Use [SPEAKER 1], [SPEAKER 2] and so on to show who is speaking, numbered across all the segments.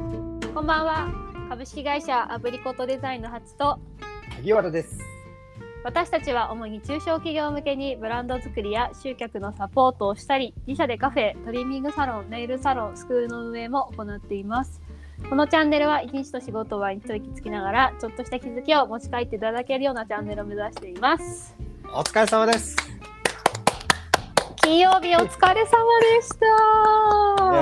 [SPEAKER 1] んばんは株式会社アブリコットデザインのハチと
[SPEAKER 2] 萩原です。
[SPEAKER 1] 私たちは主に中小企業向けにブランド作りや集客のサポートをしたり自社でカフェトリミングサロンネイルサロンスクールの運営も行っていますこのチャンネルは一日と仕事は一息つきながらちょっとした気づきを持ち帰っていただけるようなチャンネルを目指しています
[SPEAKER 2] お疲れ様です。
[SPEAKER 1] 金曜日お疲れ様でし
[SPEAKER 2] い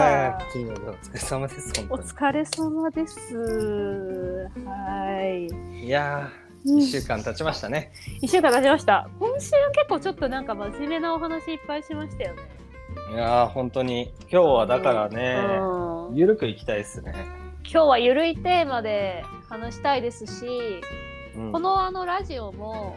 [SPEAKER 2] や
[SPEAKER 1] た
[SPEAKER 2] ー、金曜日お疲れ様です。
[SPEAKER 1] お
[SPEAKER 2] 本当
[SPEAKER 1] 疲れ様ですはい
[SPEAKER 2] に。い
[SPEAKER 1] う
[SPEAKER 2] やー、
[SPEAKER 1] ん
[SPEAKER 2] 一週間経ちましたね。
[SPEAKER 1] 一週間経ちました今週結構ちょっとなんか真面目なお話いっぱいしましたよね
[SPEAKER 2] いやー、本当に今日はだからね、
[SPEAKER 1] うん、今
[SPEAKER 2] ゆるくいきたいですね。
[SPEAKER 1] 日はゆるいテーマで話したいですし、
[SPEAKER 2] うん
[SPEAKER 1] このあのラジオも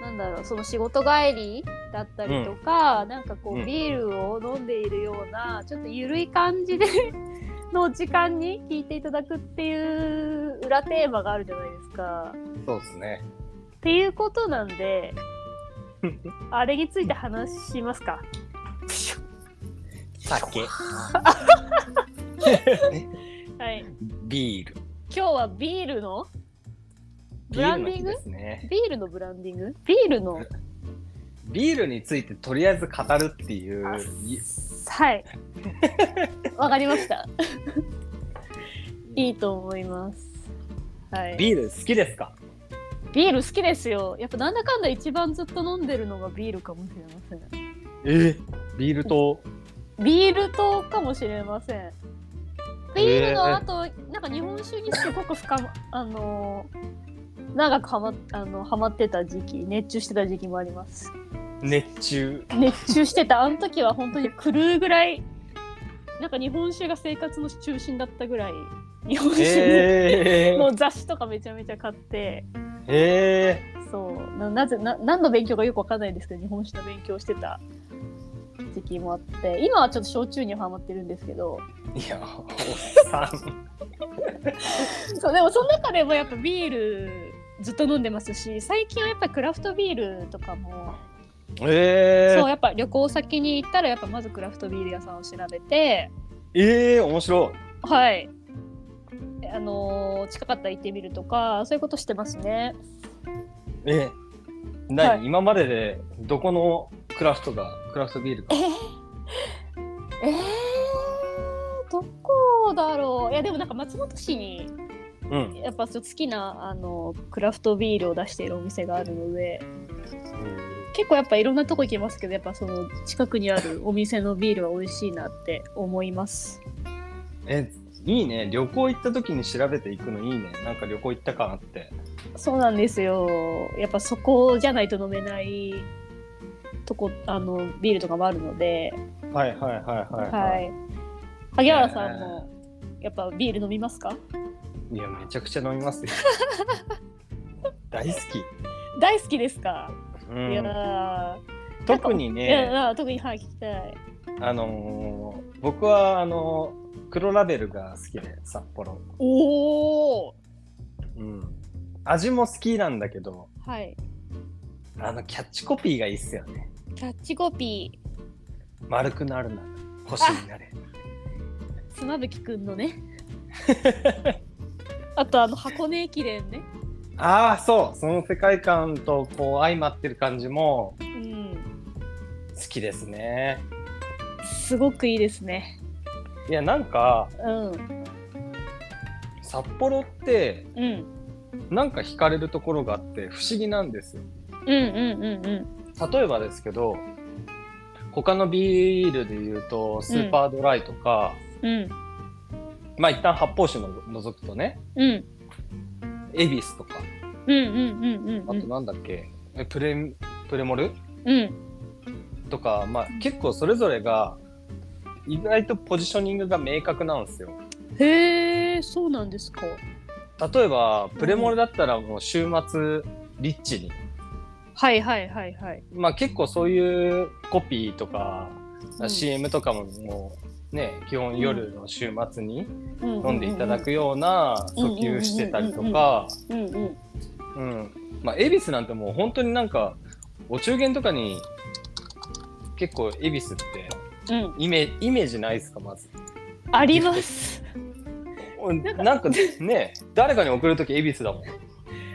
[SPEAKER 1] なんだろうその仕事帰りだったりとか、なんかこ
[SPEAKER 2] う
[SPEAKER 1] うんビールを飲んでいるような、ちょっとゆるい感じで の時間に聞いていただくっていう裏テーマがあるじゃないですか。
[SPEAKER 2] そうですね。
[SPEAKER 1] っていうことなん であれについて話しますか
[SPEAKER 2] 酒、
[SPEAKER 1] はい
[SPEAKER 2] ビール、
[SPEAKER 1] 今日はビールの
[SPEAKER 2] ビ
[SPEAKER 1] ブラ
[SPEAKER 2] ール
[SPEAKER 1] ン
[SPEAKER 2] の
[SPEAKER 1] ディ
[SPEAKER 2] 日
[SPEAKER 1] ング
[SPEAKER 2] ですね。
[SPEAKER 1] ビールのブランディングビールの
[SPEAKER 2] ビールについてとりあえず語るっていう
[SPEAKER 1] あ
[SPEAKER 2] い
[SPEAKER 1] はい わかりましたいいと思いますはいビ
[SPEAKER 2] ビール好きですか？
[SPEAKER 1] ール好きですよやっぱなんだかんだ一番ずっと飲んでるのがビールかもしれません
[SPEAKER 2] え、ビールと
[SPEAKER 1] ビール糖かもしれませんビールの後、なんか日本酒にすごく深まあのー長くはまあのハマってた時期熱中してた時期もあります
[SPEAKER 2] 熱中。
[SPEAKER 1] 熱中してたあの時は本当に狂うぐらいなんか日本酒が生活の中心だったぐらい日本酒
[SPEAKER 2] え
[SPEAKER 1] に
[SPEAKER 2] ー
[SPEAKER 1] もう雑誌とかめちゃめちゃ買って
[SPEAKER 2] え
[SPEAKER 1] そうななぜな何の勉強かよくわかんないですけど日本酒の勉強してた時期もあって今はちょっと焼酎にはハマってるんですけど
[SPEAKER 2] ー、いや、おっさん。
[SPEAKER 1] そうでもその中でもやっぱビールずっと飲んでますし最近はやっぱりクラフトビールとかも
[SPEAKER 2] え
[SPEAKER 1] そう
[SPEAKER 2] ー、
[SPEAKER 1] やっぱ旅行先に行ったらやっぱまずクラフトビール屋さんを調べて
[SPEAKER 2] えー、面白
[SPEAKER 1] はい。あのー近かったら行ってみるとか、そういうことしてますね。
[SPEAKER 2] い。えー、何、
[SPEAKER 1] はい
[SPEAKER 2] 今まででどこのクラフトがクラフトビールか。
[SPEAKER 1] えー、どこだろう。いや、でもなんか松本市に、
[SPEAKER 2] うん。
[SPEAKER 1] やっぱちょっと好きな、あのクラフトビールを出しているお店があるので、結構やっぱいろんなとこ行きますけど、やっぱその近くにあるお店のビールは美味しいなって思います。
[SPEAKER 2] え、いいね。旅行行った時に調べていくのいいね。なんか旅行行ったかなって。
[SPEAKER 1] そうなんですよ。やっぱそこじゃないと飲めないとこ、あの、ビールとかもあるので、
[SPEAKER 2] はいはいはいはい、。
[SPEAKER 1] はいい。萩原さんも、やっぱビール飲みますか。
[SPEAKER 2] いや、めちゃくちゃ飲みます よ。大好き。
[SPEAKER 1] 大好きですか。
[SPEAKER 2] う
[SPEAKER 1] いや
[SPEAKER 2] ん、
[SPEAKER 1] ー、
[SPEAKER 2] 特に
[SPEAKER 1] いや
[SPEAKER 2] ね、
[SPEAKER 1] ー特にはい、聞きたい。
[SPEAKER 2] あのー僕はあのー黒ラベルが好きで、札幌。
[SPEAKER 1] おお。
[SPEAKER 2] うん。味も好きなんだけど、
[SPEAKER 1] はい。
[SPEAKER 2] あの、キャッチコピーがいいっすよね。
[SPEAKER 1] キャッチコピー。
[SPEAKER 2] 丸くなるな、星になれ。
[SPEAKER 1] 妻夫木くんの ね。あと、あの箱根駅伝ね。
[SPEAKER 2] ああ、そう。その世界観とこう相まってる感じも
[SPEAKER 1] うん。
[SPEAKER 2] 好きですね。
[SPEAKER 1] すごくいいですね。
[SPEAKER 2] いや、なんか、
[SPEAKER 1] うん。
[SPEAKER 2] 札幌って、
[SPEAKER 1] うん。
[SPEAKER 2] なんか惹かれるところがあって不思議なんですよ。
[SPEAKER 1] うんうんうんうん。
[SPEAKER 2] 例えばですけど、他のビールで言うと、スーパードライとか、
[SPEAKER 1] うん。
[SPEAKER 2] まあ一旦発泡酒の除くとね、
[SPEAKER 1] うん。
[SPEAKER 2] 恵比寿とか、
[SPEAKER 1] うんうんうんうん
[SPEAKER 2] あと
[SPEAKER 1] うん
[SPEAKER 2] なんだっけ、えプレ、プレモル
[SPEAKER 1] うん
[SPEAKER 2] とか、まあ結構それぞれが、意外とポジショニングが明確なんですよ。
[SPEAKER 1] へえそうなんですか
[SPEAKER 2] 例えばプレモルだったらもう週末リッチに、
[SPEAKER 1] はいはいはいはい
[SPEAKER 2] まあ結構そういうコピーとか、
[SPEAKER 1] うん
[SPEAKER 2] CM とかももうね基本夜の週末に飲
[SPEAKER 1] 飲
[SPEAKER 2] んでいただくような
[SPEAKER 1] うんうん
[SPEAKER 2] 訴求してたりとか
[SPEAKER 1] うんうん
[SPEAKER 2] うんまあ恵比寿なんてもう本当になんかお中元とかに結構恵比寿って
[SPEAKER 1] うん
[SPEAKER 2] イメイメージないですかまず
[SPEAKER 1] あります。
[SPEAKER 2] うんなんかね、誰かに送るとき、恵比寿だもん。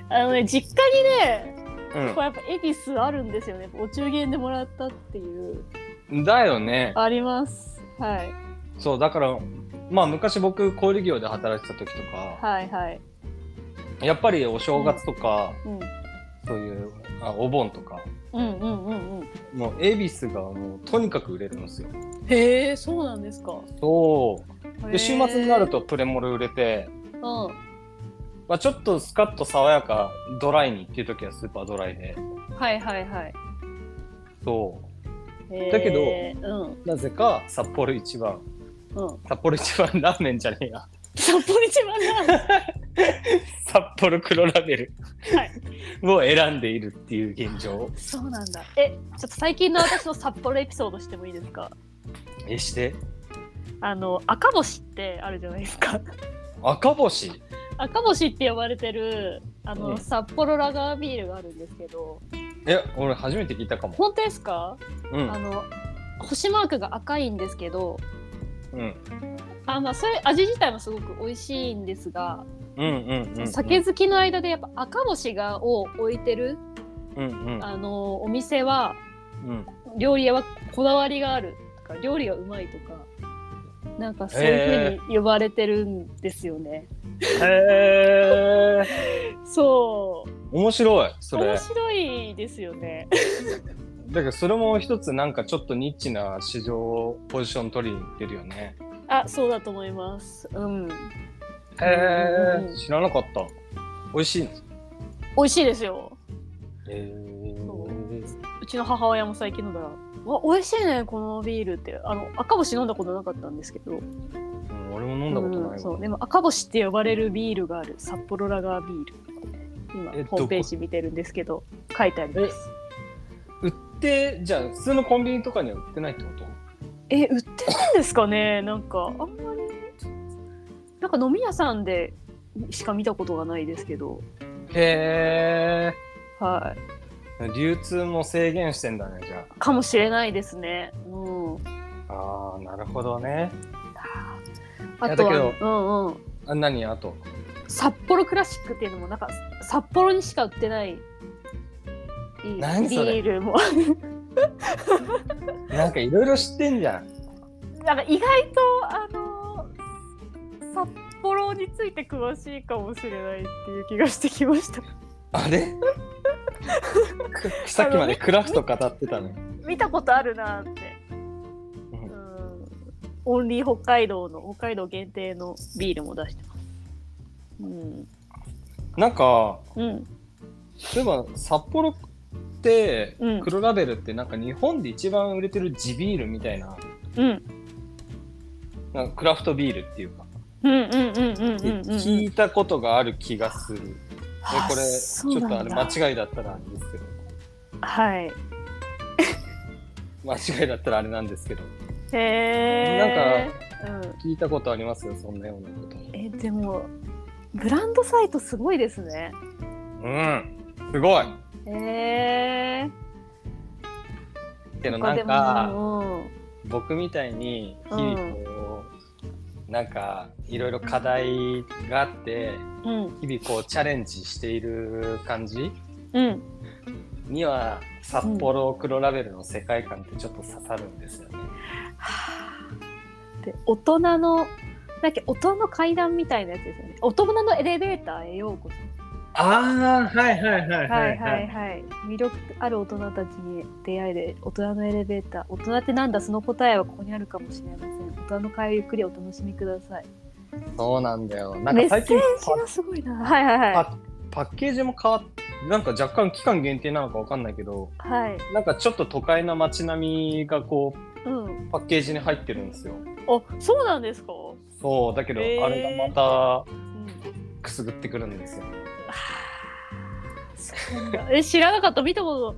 [SPEAKER 1] あのね実家にね
[SPEAKER 2] うん
[SPEAKER 1] こうやっぱ恵比寿あるんですよねお中元でもらったっていう
[SPEAKER 2] だよね。
[SPEAKER 1] ありますはい
[SPEAKER 2] そう、だから、まあ昔僕、小売業で働いてた時とか、
[SPEAKER 1] はいはい
[SPEAKER 2] やっぱりお正月とか、
[SPEAKER 1] うん
[SPEAKER 2] そういうあお盆とか、
[SPEAKER 1] うんうんうんうん
[SPEAKER 2] もう恵比寿がもうとにかく売れるんですよ。
[SPEAKER 1] へえそうなんですか
[SPEAKER 2] そう。
[SPEAKER 1] へー
[SPEAKER 2] で、週末になるとプレモル売れて、
[SPEAKER 1] う
[SPEAKER 2] まあ、ちょっとスカッと爽やか、ドライにっていう時はスーパードライで。
[SPEAKER 1] んはいはいはい
[SPEAKER 2] そ
[SPEAKER 1] へー
[SPEAKER 2] だけど
[SPEAKER 1] うん
[SPEAKER 2] う。なぜか札幌一番、
[SPEAKER 1] うん
[SPEAKER 2] 札幌一番 ラーメンじゃねえや。
[SPEAKER 1] 札幌一番ラー
[SPEAKER 2] 札幌黒ラベル
[SPEAKER 1] メンはい
[SPEAKER 2] を選んでいるっていう現状。
[SPEAKER 1] そうなんだ。え、ちょっと最近の私の札幌エピソードしてもいいですか。
[SPEAKER 2] え、して
[SPEAKER 1] あの赤星ってあるじゃないですか。
[SPEAKER 2] 赤星
[SPEAKER 1] 赤星って呼ばれてるあの、
[SPEAKER 2] うん
[SPEAKER 1] 札幌ラガービールがあるんですけど、
[SPEAKER 2] え、俺初めて聞いたかも。
[SPEAKER 1] 本当ですか？
[SPEAKER 2] う
[SPEAKER 1] あ
[SPEAKER 2] ん。
[SPEAKER 1] の星マークが赤いんですけど、
[SPEAKER 2] うん。
[SPEAKER 1] あまあそれ味自体もすごく美味しいんですが、
[SPEAKER 2] うんうんうん。
[SPEAKER 1] 酒好きの間でやっぱ赤星がを置いてる
[SPEAKER 2] うんうん。
[SPEAKER 1] あのお店は
[SPEAKER 2] うん。
[SPEAKER 1] 料理屋はこだわりがあるとか料理がうまいとかなんかそういうふうに呼ばれてるんですよね。
[SPEAKER 2] へえ。
[SPEAKER 1] そう
[SPEAKER 2] 面白い、それ
[SPEAKER 1] 面。白いですよね。
[SPEAKER 2] だからそれも一つなんかちょっとニッチな市場をポジション取りに行ってるよね。
[SPEAKER 1] あそうだと思います。うん
[SPEAKER 2] へ
[SPEAKER 1] うん
[SPEAKER 2] え。知らなかった。美味しいんです。
[SPEAKER 1] 美味しいですよ。
[SPEAKER 2] へえ
[SPEAKER 1] そううちの母親も最近飲んだら「わ美味しいねこのビール」ってあの赤星飲んだことなかったんですけど
[SPEAKER 2] うん俺も飲んだこと
[SPEAKER 1] う
[SPEAKER 2] なんい
[SPEAKER 1] そう
[SPEAKER 2] わ。
[SPEAKER 1] でも赤星って呼ばれるビールがある札幌ラガービール今
[SPEAKER 2] え
[SPEAKER 1] ホームページ見てるんですけど書いてあります。
[SPEAKER 2] 売って、じゃあ普通のコンビニとかには売ってないってこと
[SPEAKER 1] え売ってないんですかねなんかあんまりなんか飲み屋さんでしか見たことがないですけど
[SPEAKER 2] へ
[SPEAKER 1] は
[SPEAKER 2] え。流通も制限してんだね、じゃ
[SPEAKER 1] いかもしれないですねうん
[SPEAKER 2] あ。ああ、なるほどね。
[SPEAKER 1] あと
[SPEAKER 2] い
[SPEAKER 1] は
[SPEAKER 2] やだけ
[SPEAKER 1] うんうん
[SPEAKER 2] あ、何あと。
[SPEAKER 1] 札幌クラシックっていうのもなんか札幌にしか売ってないビ
[SPEAKER 2] 何それ
[SPEAKER 1] ールも
[SPEAKER 2] なんかいろいろ知ってんじゃん。
[SPEAKER 1] なんか意外とあの札幌について詳しいかもしれないっていう気がしてきました
[SPEAKER 2] あれくさっきまでクラフト語ってたのに。
[SPEAKER 1] 見たことあるなーってうんオンリー北海道の北海道限定のビールも出してます。うん。
[SPEAKER 2] なんか、
[SPEAKER 1] うん。
[SPEAKER 2] 例えば札幌って
[SPEAKER 1] うん、
[SPEAKER 2] 黒ラベルってなんか日本で一番売れてる地ビールみたいな、
[SPEAKER 1] うん。
[SPEAKER 2] なんかクラフトビールっていうか、
[SPEAKER 1] うんうんうんうん
[SPEAKER 2] で
[SPEAKER 1] うんうん。
[SPEAKER 2] 聞いたことがある気がする。で
[SPEAKER 1] あ
[SPEAKER 2] これ、ち
[SPEAKER 1] そう
[SPEAKER 2] ょ
[SPEAKER 1] な
[SPEAKER 2] っ
[SPEAKER 1] ん
[SPEAKER 2] とあれ
[SPEAKER 1] だ
[SPEAKER 2] 間違いだったらあれですけど、
[SPEAKER 1] はい。
[SPEAKER 2] 間違いだったらあれなんですけど、
[SPEAKER 1] へえ。なんか。うん。
[SPEAKER 2] 聞いたことありますよ、そんなようなこと。
[SPEAKER 1] え、でも、ブランドサイトすごいですね。
[SPEAKER 2] うん、すごい
[SPEAKER 1] へえ。
[SPEAKER 2] けど
[SPEAKER 1] 他
[SPEAKER 2] な
[SPEAKER 1] で
[SPEAKER 2] ん
[SPEAKER 1] も
[SPEAKER 2] か、
[SPEAKER 1] うん
[SPEAKER 2] 僕みたいに日々こう、なんかいろいろ課題があって
[SPEAKER 1] うん。
[SPEAKER 2] 日々こうチャレンジしている感じ
[SPEAKER 1] うん。
[SPEAKER 2] には札幌黒ラベルの世界観ってちょっと刺さるんですよね。
[SPEAKER 1] で、大人の、なんか大人の階段みたいなやつですよね。大人のエレベーターへようこそ。
[SPEAKER 2] ああはいはい はい
[SPEAKER 1] はいはいはい。魅力ある大人たちに出会えで、大人のエレベーター。大人ってなんだその答えはここにあるかもしれません。大人の会をゆっくりお楽しみください。
[SPEAKER 2] そうなんだよ。なん
[SPEAKER 1] メ
[SPEAKER 2] か
[SPEAKER 1] ッセ
[SPEAKER 2] 最近
[SPEAKER 1] ージがすごいな。はいはいはい。
[SPEAKER 2] パパッケージも変わってなんか若干期間限定なのかわかんないけど
[SPEAKER 1] はい。
[SPEAKER 2] なんかちょっと都会の街並みがこう
[SPEAKER 1] うん。
[SPEAKER 2] パッケージに入ってるんですよ。
[SPEAKER 1] あ、そうなんですか。う
[SPEAKER 2] そうだけど、
[SPEAKER 1] へー
[SPEAKER 2] あれがまた
[SPEAKER 1] ん。
[SPEAKER 2] くすぐってくるんですよ。
[SPEAKER 1] そうなんだえ、知らなかった。見たこ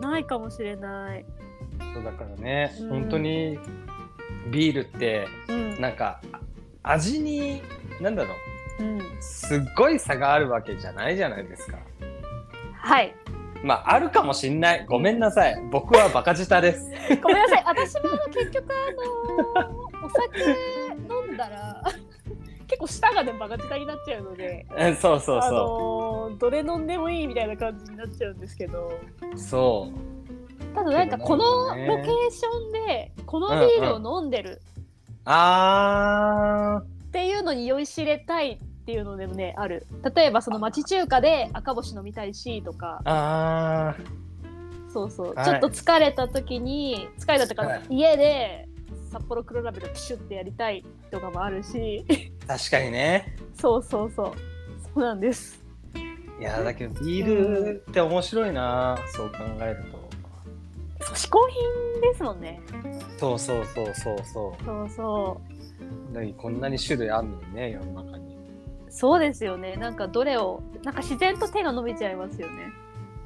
[SPEAKER 1] とないかもしれない。
[SPEAKER 2] そうだからね、
[SPEAKER 1] うん
[SPEAKER 2] 本当にビールって
[SPEAKER 1] うん。
[SPEAKER 2] なんかあ味に何だろう
[SPEAKER 1] うん。
[SPEAKER 2] すっごい差があるわけじゃないじゃないですか。
[SPEAKER 1] はい。
[SPEAKER 2] まああるかもしんない。ごめんなさい。僕はバカ舌です。
[SPEAKER 1] ごめんなさい。私もあの結局あのお酒飲んだら 結構舌がねバカ舌になっちゃうので
[SPEAKER 2] うんそうそうそ
[SPEAKER 1] あのーどれ飲んでもいいみたいな感じになっちゃうんですけど
[SPEAKER 2] う。そう。
[SPEAKER 1] ただなんかこの
[SPEAKER 2] ね
[SPEAKER 1] ロケーションでこのビールを飲んでる
[SPEAKER 2] あ
[SPEAKER 1] っていうのに酔いしれたいっていうのでもねある例えばその町中華で赤星飲みたいしとか
[SPEAKER 2] ー、あ
[SPEAKER 1] そうそう、
[SPEAKER 2] はい
[SPEAKER 1] ちょっと疲れた時に疲れたとか、
[SPEAKER 2] はい
[SPEAKER 1] 家で札幌黒ラベルピシュってやりたいとかもあるし
[SPEAKER 2] ー、確かにね。
[SPEAKER 1] そうそうそうそうなんです
[SPEAKER 2] いやー、だけどビールって面白いな、そう考えると。
[SPEAKER 1] そう嗜好品ですもんね
[SPEAKER 2] そうそうそうそうそ
[SPEAKER 1] そうそう
[SPEAKER 2] う。だけどこんなに種類あるのにね、世の中に。
[SPEAKER 1] そうですよねなんかどれをなんか自然と手が伸びちゃいますよね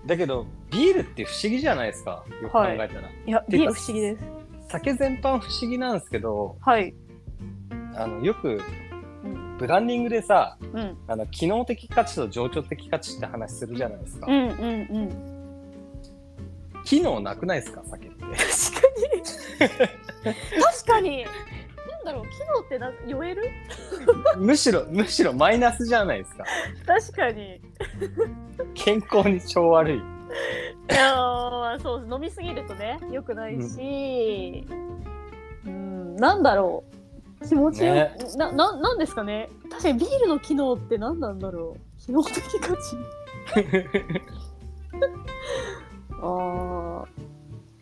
[SPEAKER 2] だけど、ビールって不思議じゃないですか、よく考えたら。
[SPEAKER 1] いや
[SPEAKER 2] てい
[SPEAKER 1] ビ
[SPEAKER 2] うか
[SPEAKER 1] ール不思議です
[SPEAKER 2] 酒全般不思議なんですけど、
[SPEAKER 1] はい
[SPEAKER 2] あのよく
[SPEAKER 1] うん
[SPEAKER 2] ブランディングでさ、
[SPEAKER 1] うん
[SPEAKER 2] あの機能的価値と情緒的価値って話するじゃないですか。
[SPEAKER 1] うんうんうん
[SPEAKER 2] 機能なくないですか、酒って。
[SPEAKER 1] 確かに確かになんだろう機能ってな酔える
[SPEAKER 2] むしろ、むしろマイナスじゃないですか。
[SPEAKER 1] 確かに
[SPEAKER 2] 健康に超悪い。
[SPEAKER 1] いやーそう飲みすぎるとね良くないし、うん、なんだろう気持ちよ、
[SPEAKER 2] ね
[SPEAKER 1] なななんですかね確かにビールの機能って何なんだろう機能的価値あ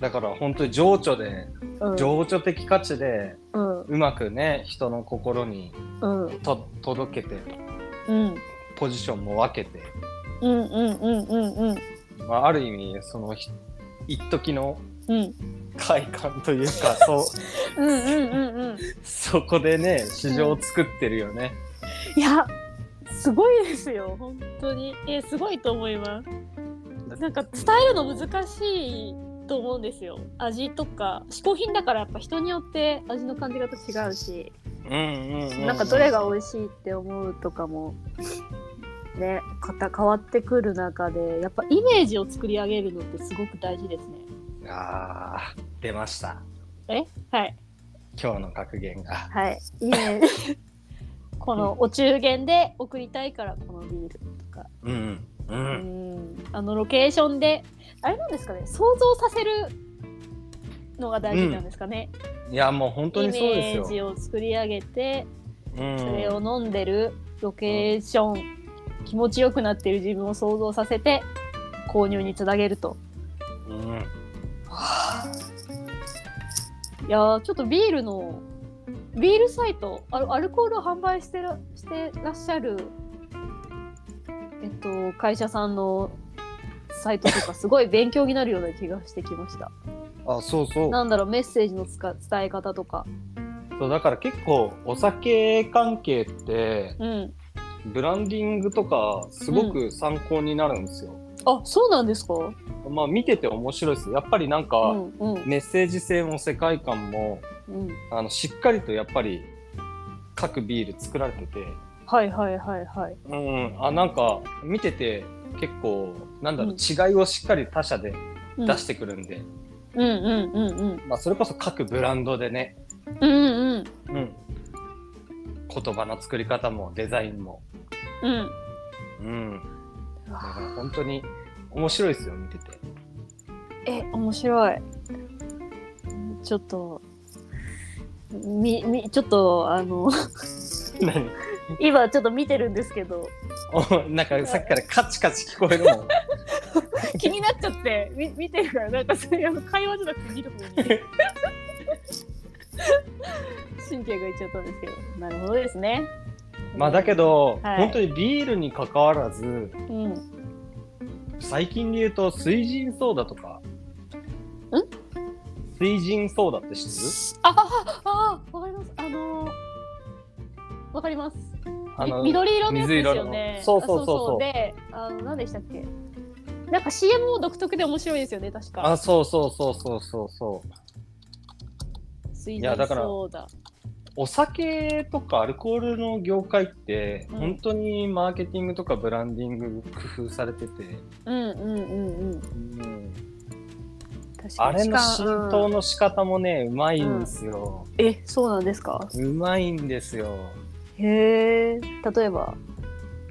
[SPEAKER 2] だから本当に情緒で、
[SPEAKER 1] ー
[SPEAKER 2] 情緒的価値で、
[SPEAKER 1] うん
[SPEAKER 2] うまくね、人の心に
[SPEAKER 1] うんうん
[SPEAKER 2] と届けて、
[SPEAKER 1] うん
[SPEAKER 2] ポジションも分けて、
[SPEAKER 1] うんうんうんうんうん
[SPEAKER 2] まあ、ある意味、そのひ、一時の
[SPEAKER 1] うん
[SPEAKER 2] 快感というか、そ
[SPEAKER 1] う
[SPEAKER 2] う、
[SPEAKER 1] んうんうんうん
[SPEAKER 2] そこでね、市場を作ってるよね。
[SPEAKER 1] いやすごいですよ本当にえすごいと思いますなんか伝えるの難しいと思うんですよ味とか嗜好品だからやっぱ人によって味の感じ方違うし
[SPEAKER 2] うんうんうん
[SPEAKER 1] なんかどれが美味しいって思うとかもねかた変わってくる中でやっぱイメージを作り上げるのってすごく大事ですね
[SPEAKER 2] あー出ました。
[SPEAKER 1] えはい
[SPEAKER 2] 今日の格言が。
[SPEAKER 1] はいイメージこのお中元で送りたいからこのビール
[SPEAKER 2] うん。
[SPEAKER 1] う
[SPEAKER 2] う。
[SPEAKER 1] んんあのロケーションであれなんですかね想像させるのが大事なんですかね、
[SPEAKER 2] いや、もう本当
[SPEAKER 1] イ
[SPEAKER 2] にそう
[SPEAKER 1] メ
[SPEAKER 2] で
[SPEAKER 1] ー
[SPEAKER 2] すよ。
[SPEAKER 1] ジを作り上げて
[SPEAKER 2] うん
[SPEAKER 1] それを飲んでるロケーション、気持ちよくなってる自分を想像させて購入につなげると
[SPEAKER 2] うん。
[SPEAKER 1] いやーちょっとビールのビールサイトアルアルコールを販売してらしてらっしゃるえっと会社さんのサイトとかすごい勉強になるような気がしてきました
[SPEAKER 2] あ、そうそう。
[SPEAKER 1] なんだろうメッセージのつか伝え方とか。
[SPEAKER 2] そうだから結構お酒関係って
[SPEAKER 1] うん。
[SPEAKER 2] ブランディングとかすごく参考になるんですよ。
[SPEAKER 1] あそうなんですか。
[SPEAKER 2] まあ見てて面白いですよ。やっぱりなん
[SPEAKER 1] う
[SPEAKER 2] か
[SPEAKER 1] んうん
[SPEAKER 2] メッセージ性も世界観も
[SPEAKER 1] うん。
[SPEAKER 2] あのしっかりとやっぱり各ビール作られてて、
[SPEAKER 1] はいはいはいはい。
[SPEAKER 2] うん、あなんか見てて結構なんだろう、
[SPEAKER 1] うん
[SPEAKER 2] 違いをしっかり他社で
[SPEAKER 1] うん
[SPEAKER 2] 出してくるんで、
[SPEAKER 1] うんうんうんうん
[SPEAKER 2] まあそれこそ各ブランドでね、
[SPEAKER 1] うんうん
[SPEAKER 2] うん、言葉の作り方もデザインも。
[SPEAKER 1] うん。
[SPEAKER 2] うんだから本当に面白いですよ、見てて。
[SPEAKER 1] え面白い。ちょっと。みみちょっとあ の
[SPEAKER 2] 何
[SPEAKER 1] 今ちょっと見てるんですけど
[SPEAKER 2] お なんかさっきからカチカチ聞こえる もん。
[SPEAKER 1] 気になっちゃってみ見てるからなんかそれあの会話じゃなくて見る方 に神経がいっちゃったんですけどなるほどですね
[SPEAKER 2] まあだけど、
[SPEAKER 1] はい
[SPEAKER 2] 本当にビールに関わらず、
[SPEAKER 1] うん
[SPEAKER 2] 最近で言うと水人ソーダとか。水人ソーダって知って
[SPEAKER 1] あああわかります。あのーわかります。
[SPEAKER 2] る
[SPEAKER 1] み緑色のやつですよね。
[SPEAKER 2] 水色のそうそうそうそう
[SPEAKER 1] あで、あの何でしたっけ？なんか CM も独特で面白いですよね。確か。
[SPEAKER 2] あ、そうそうそうそうそうそう。
[SPEAKER 1] 水
[SPEAKER 2] いやだから
[SPEAKER 1] そうだ。
[SPEAKER 2] お酒とかアルコールの業界って、
[SPEAKER 1] うん
[SPEAKER 2] 本当にマーケティングとかブランディング工夫されてて、
[SPEAKER 1] うんうんうんうん。
[SPEAKER 2] うん、
[SPEAKER 1] 確か
[SPEAKER 2] あ
[SPEAKER 1] に
[SPEAKER 2] れの浸透
[SPEAKER 1] うん
[SPEAKER 2] の仕方もね、うまいんですよ。
[SPEAKER 1] え、そうなんですか？
[SPEAKER 2] うまいんですよ。
[SPEAKER 1] へへえ。例えば。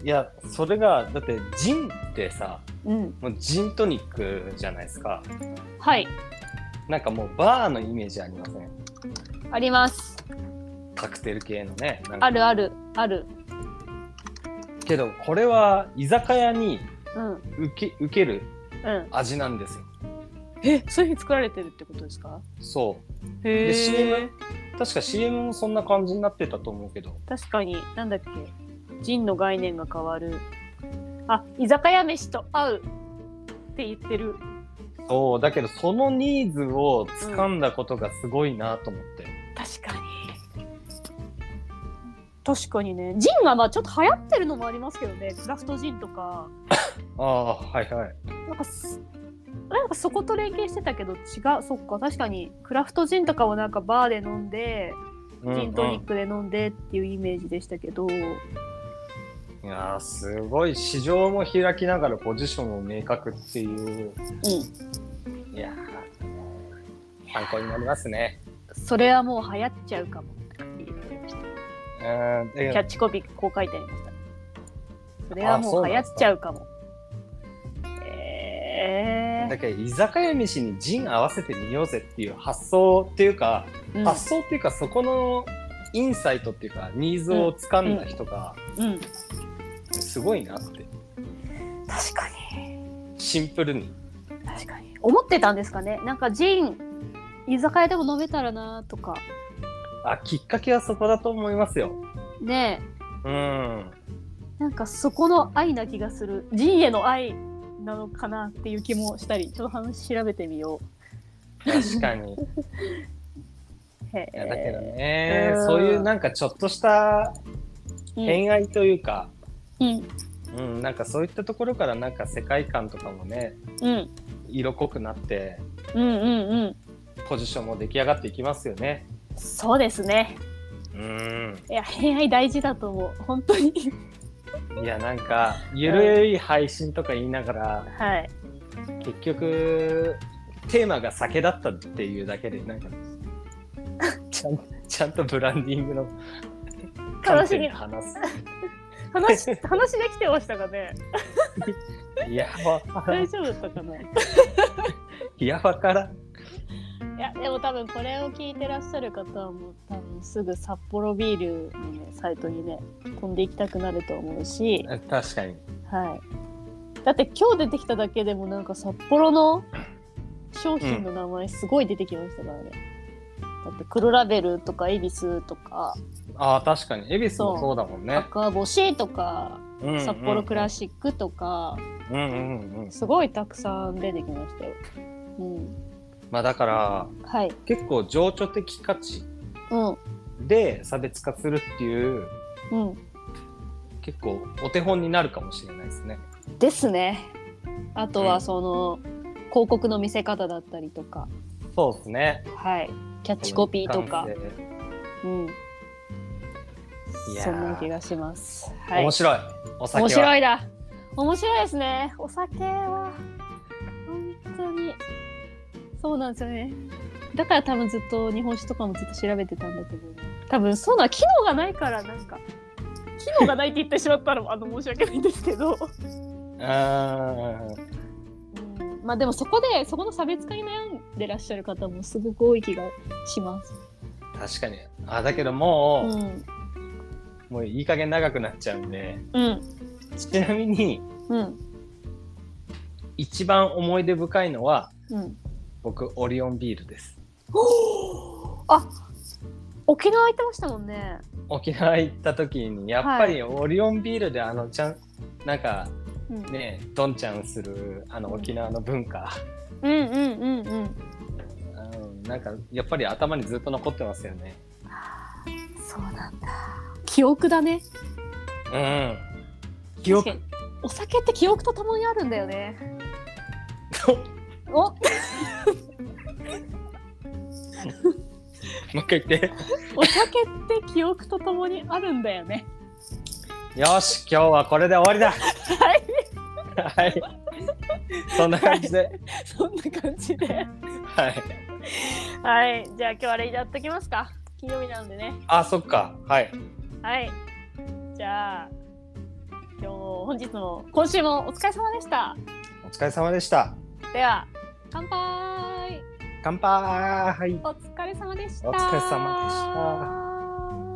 [SPEAKER 2] いやそれがだってジンってさ
[SPEAKER 1] うん。
[SPEAKER 2] もうジントニックじゃないですか
[SPEAKER 1] はい。
[SPEAKER 2] なんかもうバーのイメージありません
[SPEAKER 1] あります。
[SPEAKER 2] カクテル系のねなんか
[SPEAKER 1] あるあるある。
[SPEAKER 2] けどこれは居酒屋に
[SPEAKER 1] うん
[SPEAKER 2] 受け受ける
[SPEAKER 1] うん。
[SPEAKER 2] 味なんですよ
[SPEAKER 1] え、そういうふうに作られてるってことですか？
[SPEAKER 2] そう
[SPEAKER 1] へ
[SPEAKER 2] で
[SPEAKER 1] え。
[SPEAKER 2] CM 確か CM もそんな感じになってたと思うけど
[SPEAKER 1] 確かになんだっけジンの概念が変わるあ居酒屋飯と合うって言ってる
[SPEAKER 2] そうだけどそのニーズを掴んだことがすごいなと思って、
[SPEAKER 1] 確かに確かにねジンはまあちょっと流行ってるのもありますけどねクラフトジンとか
[SPEAKER 2] ああはいはい
[SPEAKER 1] なんかすなんかそこと連携してたけど違うそっか確かにクラフトジンとかをなんかバーで飲んでジントニックで飲んでっていうイメージでしたけど、
[SPEAKER 2] いやーすごい市場も開きながらポジションも明確っていういやー参考になりますね
[SPEAKER 1] それはもう流行っちゃうかも
[SPEAKER 2] うーん
[SPEAKER 1] キャッ
[SPEAKER 2] で
[SPEAKER 1] チコピーこう書いてありました。それは
[SPEAKER 2] あ
[SPEAKER 1] も
[SPEAKER 2] そうう
[SPEAKER 1] 流
[SPEAKER 2] な
[SPEAKER 1] 行っ
[SPEAKER 2] んですか
[SPEAKER 1] ちゃうかも。え
[SPEAKER 2] だけど居酒屋飯にジン合わせてみようぜっていう発想っていうか、
[SPEAKER 1] ー、
[SPEAKER 2] 発想っていうかそこのインサイトっていうかニーズを掴んだ人が
[SPEAKER 1] うん、うん、
[SPEAKER 2] すごいなって
[SPEAKER 1] 確か
[SPEAKER 2] シンプルに
[SPEAKER 1] に確かに思ってたんですかね。なんかジン居酒屋でも飲めたらなとか
[SPEAKER 2] あきっかけはそこだと思いますよ
[SPEAKER 1] ね
[SPEAKER 2] うん
[SPEAKER 1] えなんかそこの愛な気がするジンへの愛なのかなっていう気もしたりちょっと話調べてみよ。
[SPEAKER 2] 確か にいう
[SPEAKER 1] へえ
[SPEAKER 2] やだけどね、
[SPEAKER 1] うん
[SPEAKER 2] そういうなんかちょっとした偏愛というか、
[SPEAKER 1] うんうん
[SPEAKER 2] うん、なんかそういったところからなんか世界観とかもね
[SPEAKER 1] うん
[SPEAKER 2] 色濃くなって
[SPEAKER 1] うんうんうん
[SPEAKER 2] ポジションも出来上がっていきますよね。
[SPEAKER 1] そうですね。
[SPEAKER 2] うん、
[SPEAKER 1] いや偏愛大事だと思う本当に。
[SPEAKER 2] いやなんかゆるい配信とか言いながら、
[SPEAKER 1] はい。
[SPEAKER 2] 結局テーマが酒だったっていうだけで なんかちゃんちゃんとブランディングの観点で話す。
[SPEAKER 1] 話話できてましたか ね
[SPEAKER 2] いやわ
[SPEAKER 1] 大丈夫だったかない
[SPEAKER 2] いやわからん。
[SPEAKER 1] やでも多分これを聞いてらっしゃる方はもう多分すぐ札幌ビールの、ね、サイトにね飛んでいきたくなると思うし、
[SPEAKER 2] 確かに。
[SPEAKER 1] はい、だって今日出てきただけでもなんか札幌の商品の名前すごい出てきましたからね、だって黒ラベルとか恵比寿とか
[SPEAKER 2] ああ確かに。恵比寿もそうだもんね。
[SPEAKER 1] 赤星とか
[SPEAKER 2] うんうん
[SPEAKER 1] 札幌クラシックとか
[SPEAKER 2] うんうんうん。
[SPEAKER 1] すごいたくさん出てきましたよ。うん、
[SPEAKER 2] まあだから
[SPEAKER 1] はい、
[SPEAKER 2] 結構情緒的価値
[SPEAKER 1] うん
[SPEAKER 2] で差別化するっていう
[SPEAKER 1] うん、
[SPEAKER 2] 結構お手本になるかもしれないですね。
[SPEAKER 1] ですねあと
[SPEAKER 2] う
[SPEAKER 1] は
[SPEAKER 2] ん
[SPEAKER 1] その、広告の見せ方だったりとか、
[SPEAKER 2] そうですね。
[SPEAKER 1] はい、キャッチコピーとか
[SPEAKER 2] この、一環で
[SPEAKER 1] うん、
[SPEAKER 2] いやー
[SPEAKER 1] そんな気がします。はい、
[SPEAKER 2] 面
[SPEAKER 1] 面
[SPEAKER 2] 白い。お酒は。
[SPEAKER 1] 白
[SPEAKER 2] い。
[SPEAKER 1] いだ面白いですねお酒は本当にそうなんですよねだから多分ずっと日本酒とかもずっと調べてたんだけど、多分そうな機能がないからなんか機能がないって言ってしまったらあの申し訳ないんですけど。うんまあでもそこでそこの差別化に悩んでらっしゃる方もすごく多い気がします。
[SPEAKER 2] 確かに。あだけど
[SPEAKER 1] う
[SPEAKER 2] も
[SPEAKER 1] ん
[SPEAKER 2] う、もういい加減長くなっちゃうんで。
[SPEAKER 1] うん
[SPEAKER 2] ちなみに
[SPEAKER 1] うん
[SPEAKER 2] 一番思い出深いのは
[SPEAKER 1] うん。
[SPEAKER 2] 僕オリオンビールです。
[SPEAKER 1] あ沖縄行ってましたもんね。
[SPEAKER 2] 沖縄行った時にやっぱりオリオンビールであのちゃんなんか
[SPEAKER 1] うん、
[SPEAKER 2] ねどんちゃんするあの沖縄の文化、
[SPEAKER 1] うんうんうんうん。
[SPEAKER 2] うん、なんかやっぱり頭にずっと残ってますよね
[SPEAKER 1] そうなんだ。記憶だね。
[SPEAKER 2] うん記憶
[SPEAKER 1] 確かにお酒って記憶とともにあるんだよね。
[SPEAKER 2] と も
[SPEAKER 1] お
[SPEAKER 2] う一回言って
[SPEAKER 1] お酒って記憶とともにあるんだよね。
[SPEAKER 2] よし今日はこれで終わりだ
[SPEAKER 1] はい
[SPEAKER 2] はいそんな感じで
[SPEAKER 1] そんな感じで。
[SPEAKER 2] はい
[SPEAKER 1] はいじゃあ今日あれやっときますか。金曜日なんでね。
[SPEAKER 2] あそっかはい
[SPEAKER 1] はい。じゃあ今日本日も今週もお疲れ様でした。
[SPEAKER 2] お疲れ様でした。
[SPEAKER 1] では乾杯。
[SPEAKER 2] 乾杯
[SPEAKER 1] お疲れ様でした。。
[SPEAKER 2] お疲れ様でした